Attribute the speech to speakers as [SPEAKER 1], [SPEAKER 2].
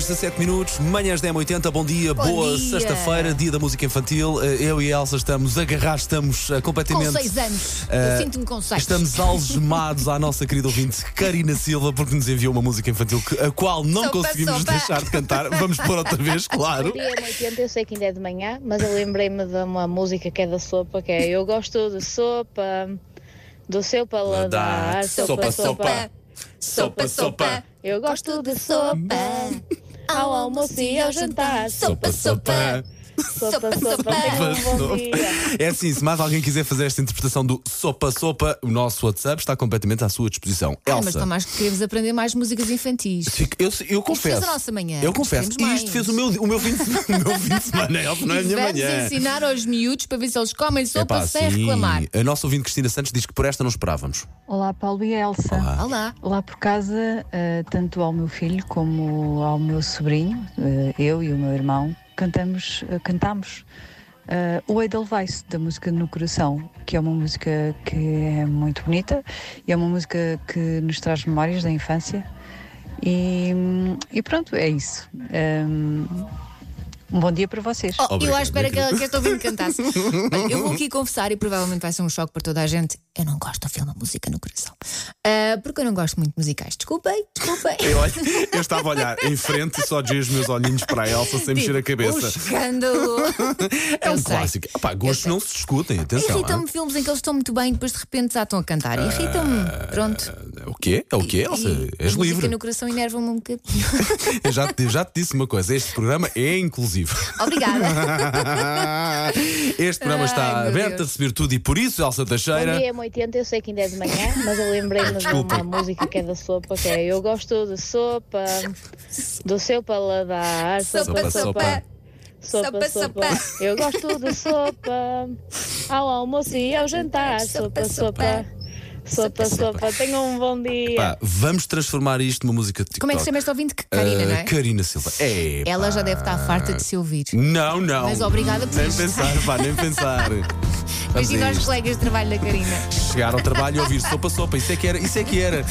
[SPEAKER 1] 17 minutos, manhãs 10h80, bom dia,
[SPEAKER 2] Bom
[SPEAKER 1] boa
[SPEAKER 2] dia.
[SPEAKER 1] sexta-feira, dia da música infantil. Eh, Eu e a Elsa estamos agarrados, estamos eh,
[SPEAKER 2] Com
[SPEAKER 1] completamente.
[SPEAKER 2] seis anos.
[SPEAKER 1] eh,
[SPEAKER 2] Eu sinto-me com seis.
[SPEAKER 1] Estamos algemados à nossa querida ouvinte Karina Silva, porque nos enviou uma música infantil que- a qual não
[SPEAKER 2] Sopa,
[SPEAKER 1] conseguimos
[SPEAKER 2] sopa.
[SPEAKER 1] deixar de cantar. Vamos pôr outra vez, claro.
[SPEAKER 3] Dia 80, eu sei que ainda é de manhã, mas eu lembrei-me de uma música que é da sopa, que é Eu gosto de sopa, do seu paladar, sopa, sopa.
[SPEAKER 2] Sopa, sopa.
[SPEAKER 3] Eu gosto de sopa, ao almoço e ao jantar.
[SPEAKER 2] Sopa, sopa.
[SPEAKER 3] sopa,
[SPEAKER 2] Sopa,
[SPEAKER 3] sopa,
[SPEAKER 2] sopa.
[SPEAKER 3] tenham um bom
[SPEAKER 1] Sopa.
[SPEAKER 3] dia.
[SPEAKER 1] É assim, se mais alguém quiser fazer esta interpretação do sopa sopa, o nosso WhatsApp está completamente à sua disposição.
[SPEAKER 2] Ah, mas
[SPEAKER 1] Elsa.
[SPEAKER 2] não mais que queremos aprender mais músicas infantis.
[SPEAKER 1] Fico- Eu, eu confesso.
[SPEAKER 2] fez a nossa manhã.
[SPEAKER 1] Eu confesso.
[SPEAKER 2] Queremos
[SPEAKER 1] E
[SPEAKER 2] mais.
[SPEAKER 1] isto fez o meu, o meu, fim, de, semana- o meu fim de semana. Elsa, não é a
[SPEAKER 2] E
[SPEAKER 1] minha
[SPEAKER 2] vamos
[SPEAKER 1] manhã.
[SPEAKER 2] ensinar aos miúdos para ver se eles comem sopa
[SPEAKER 1] Epá,
[SPEAKER 2] sem
[SPEAKER 1] sim.
[SPEAKER 2] reclamar.
[SPEAKER 1] A nossa ouvinte Cristina Santos diz que por esta não esperávamos.
[SPEAKER 4] Olá, Paulo e Elsa.
[SPEAKER 1] Olá.
[SPEAKER 2] Olá.
[SPEAKER 4] Lá por casa, eh, tanto ao meu filho como ao meu sobrinho, eh, eu e o meu irmão, cantamos, eh, cantamos eh, o Edelweiss, da música No Coração, que é uma música que é muito bonita e é uma música que nos traz memórias da infância. E, hum, e pronto, é isso. Um, um bom dia para vocês.
[SPEAKER 2] Oh, eu à
[SPEAKER 1] Obrigado,
[SPEAKER 2] espera que,
[SPEAKER 1] querido.
[SPEAKER 2] que esta ouvinte cantasse. Olha, eu vou aqui confessar, e provavelmente vai ser um choque para toda a gente. Eu não gosto do filme Música no Coração. Ah, porque eu não gosto muito de musicais. Desculpem, desculpem.
[SPEAKER 1] Eu, olho- eu estava a olhar em frente e só dizia os meus olhinhos para a Elsa sem mexer a
[SPEAKER 2] Um
[SPEAKER 1] cabeça.
[SPEAKER 2] escândalo.
[SPEAKER 1] É um
[SPEAKER 2] Eu sei.
[SPEAKER 1] clássico. Epá, gostos não se discutem, atenção.
[SPEAKER 2] Irritam-me filmes em que eles estão muito bem e depois de repente desatam a cantar. Irritam-me. Pronto.
[SPEAKER 1] hã? O quê? É o quê, Elsa?
[SPEAKER 2] E-
[SPEAKER 1] Ah, És
[SPEAKER 2] a música
[SPEAKER 1] livre.
[SPEAKER 2] no coração enerva-me um bocadinho.
[SPEAKER 1] Eu já, te- já te disse uma coisa: este programa é inclusivo.
[SPEAKER 2] Obrigada.
[SPEAKER 1] Este programa está
[SPEAKER 2] Ai, meu
[SPEAKER 1] aberto
[SPEAKER 2] Deus.
[SPEAKER 1] a receber tudo e por isso, Elsa
[SPEAKER 3] Bom
[SPEAKER 1] Teixeira.
[SPEAKER 3] dia, 80, eu sei que ainda é de manhã, mas eu lembrei-me de
[SPEAKER 1] Desculpa.
[SPEAKER 3] uma música que é da sopa, que é Eu gosto de sopa, do seu paladar,
[SPEAKER 1] Sopa,
[SPEAKER 3] sopa,
[SPEAKER 1] sopa.
[SPEAKER 3] sopa. Sopa, sopa. Eu gosto de sopa, ao almoço e ao jantar. Então, Sopa, sopa. Sopa, sopa. Tenham um bom dia.
[SPEAKER 1] Pá, vamos transformar isto numa música de TikTok.
[SPEAKER 2] É. Como é que se chama este ouvinte? Que Karina,
[SPEAKER 1] Ah,
[SPEAKER 2] não é?
[SPEAKER 1] Karina Silva. É,
[SPEAKER 2] Ela
[SPEAKER 1] pá.
[SPEAKER 2] já deve estar farta de se ouvir.
[SPEAKER 1] Não, não.
[SPEAKER 2] Mas obrigada por
[SPEAKER 1] Nem
[SPEAKER 2] isto.
[SPEAKER 1] pensar, pá, nem pensar. Vamos a
[SPEAKER 2] Imagina aos
[SPEAKER 1] isto.
[SPEAKER 2] colegas de trabalho da Karina.
[SPEAKER 1] Chegar ao trabalho e ouvir sopa, sopa. Isso é que era. Isso é que era.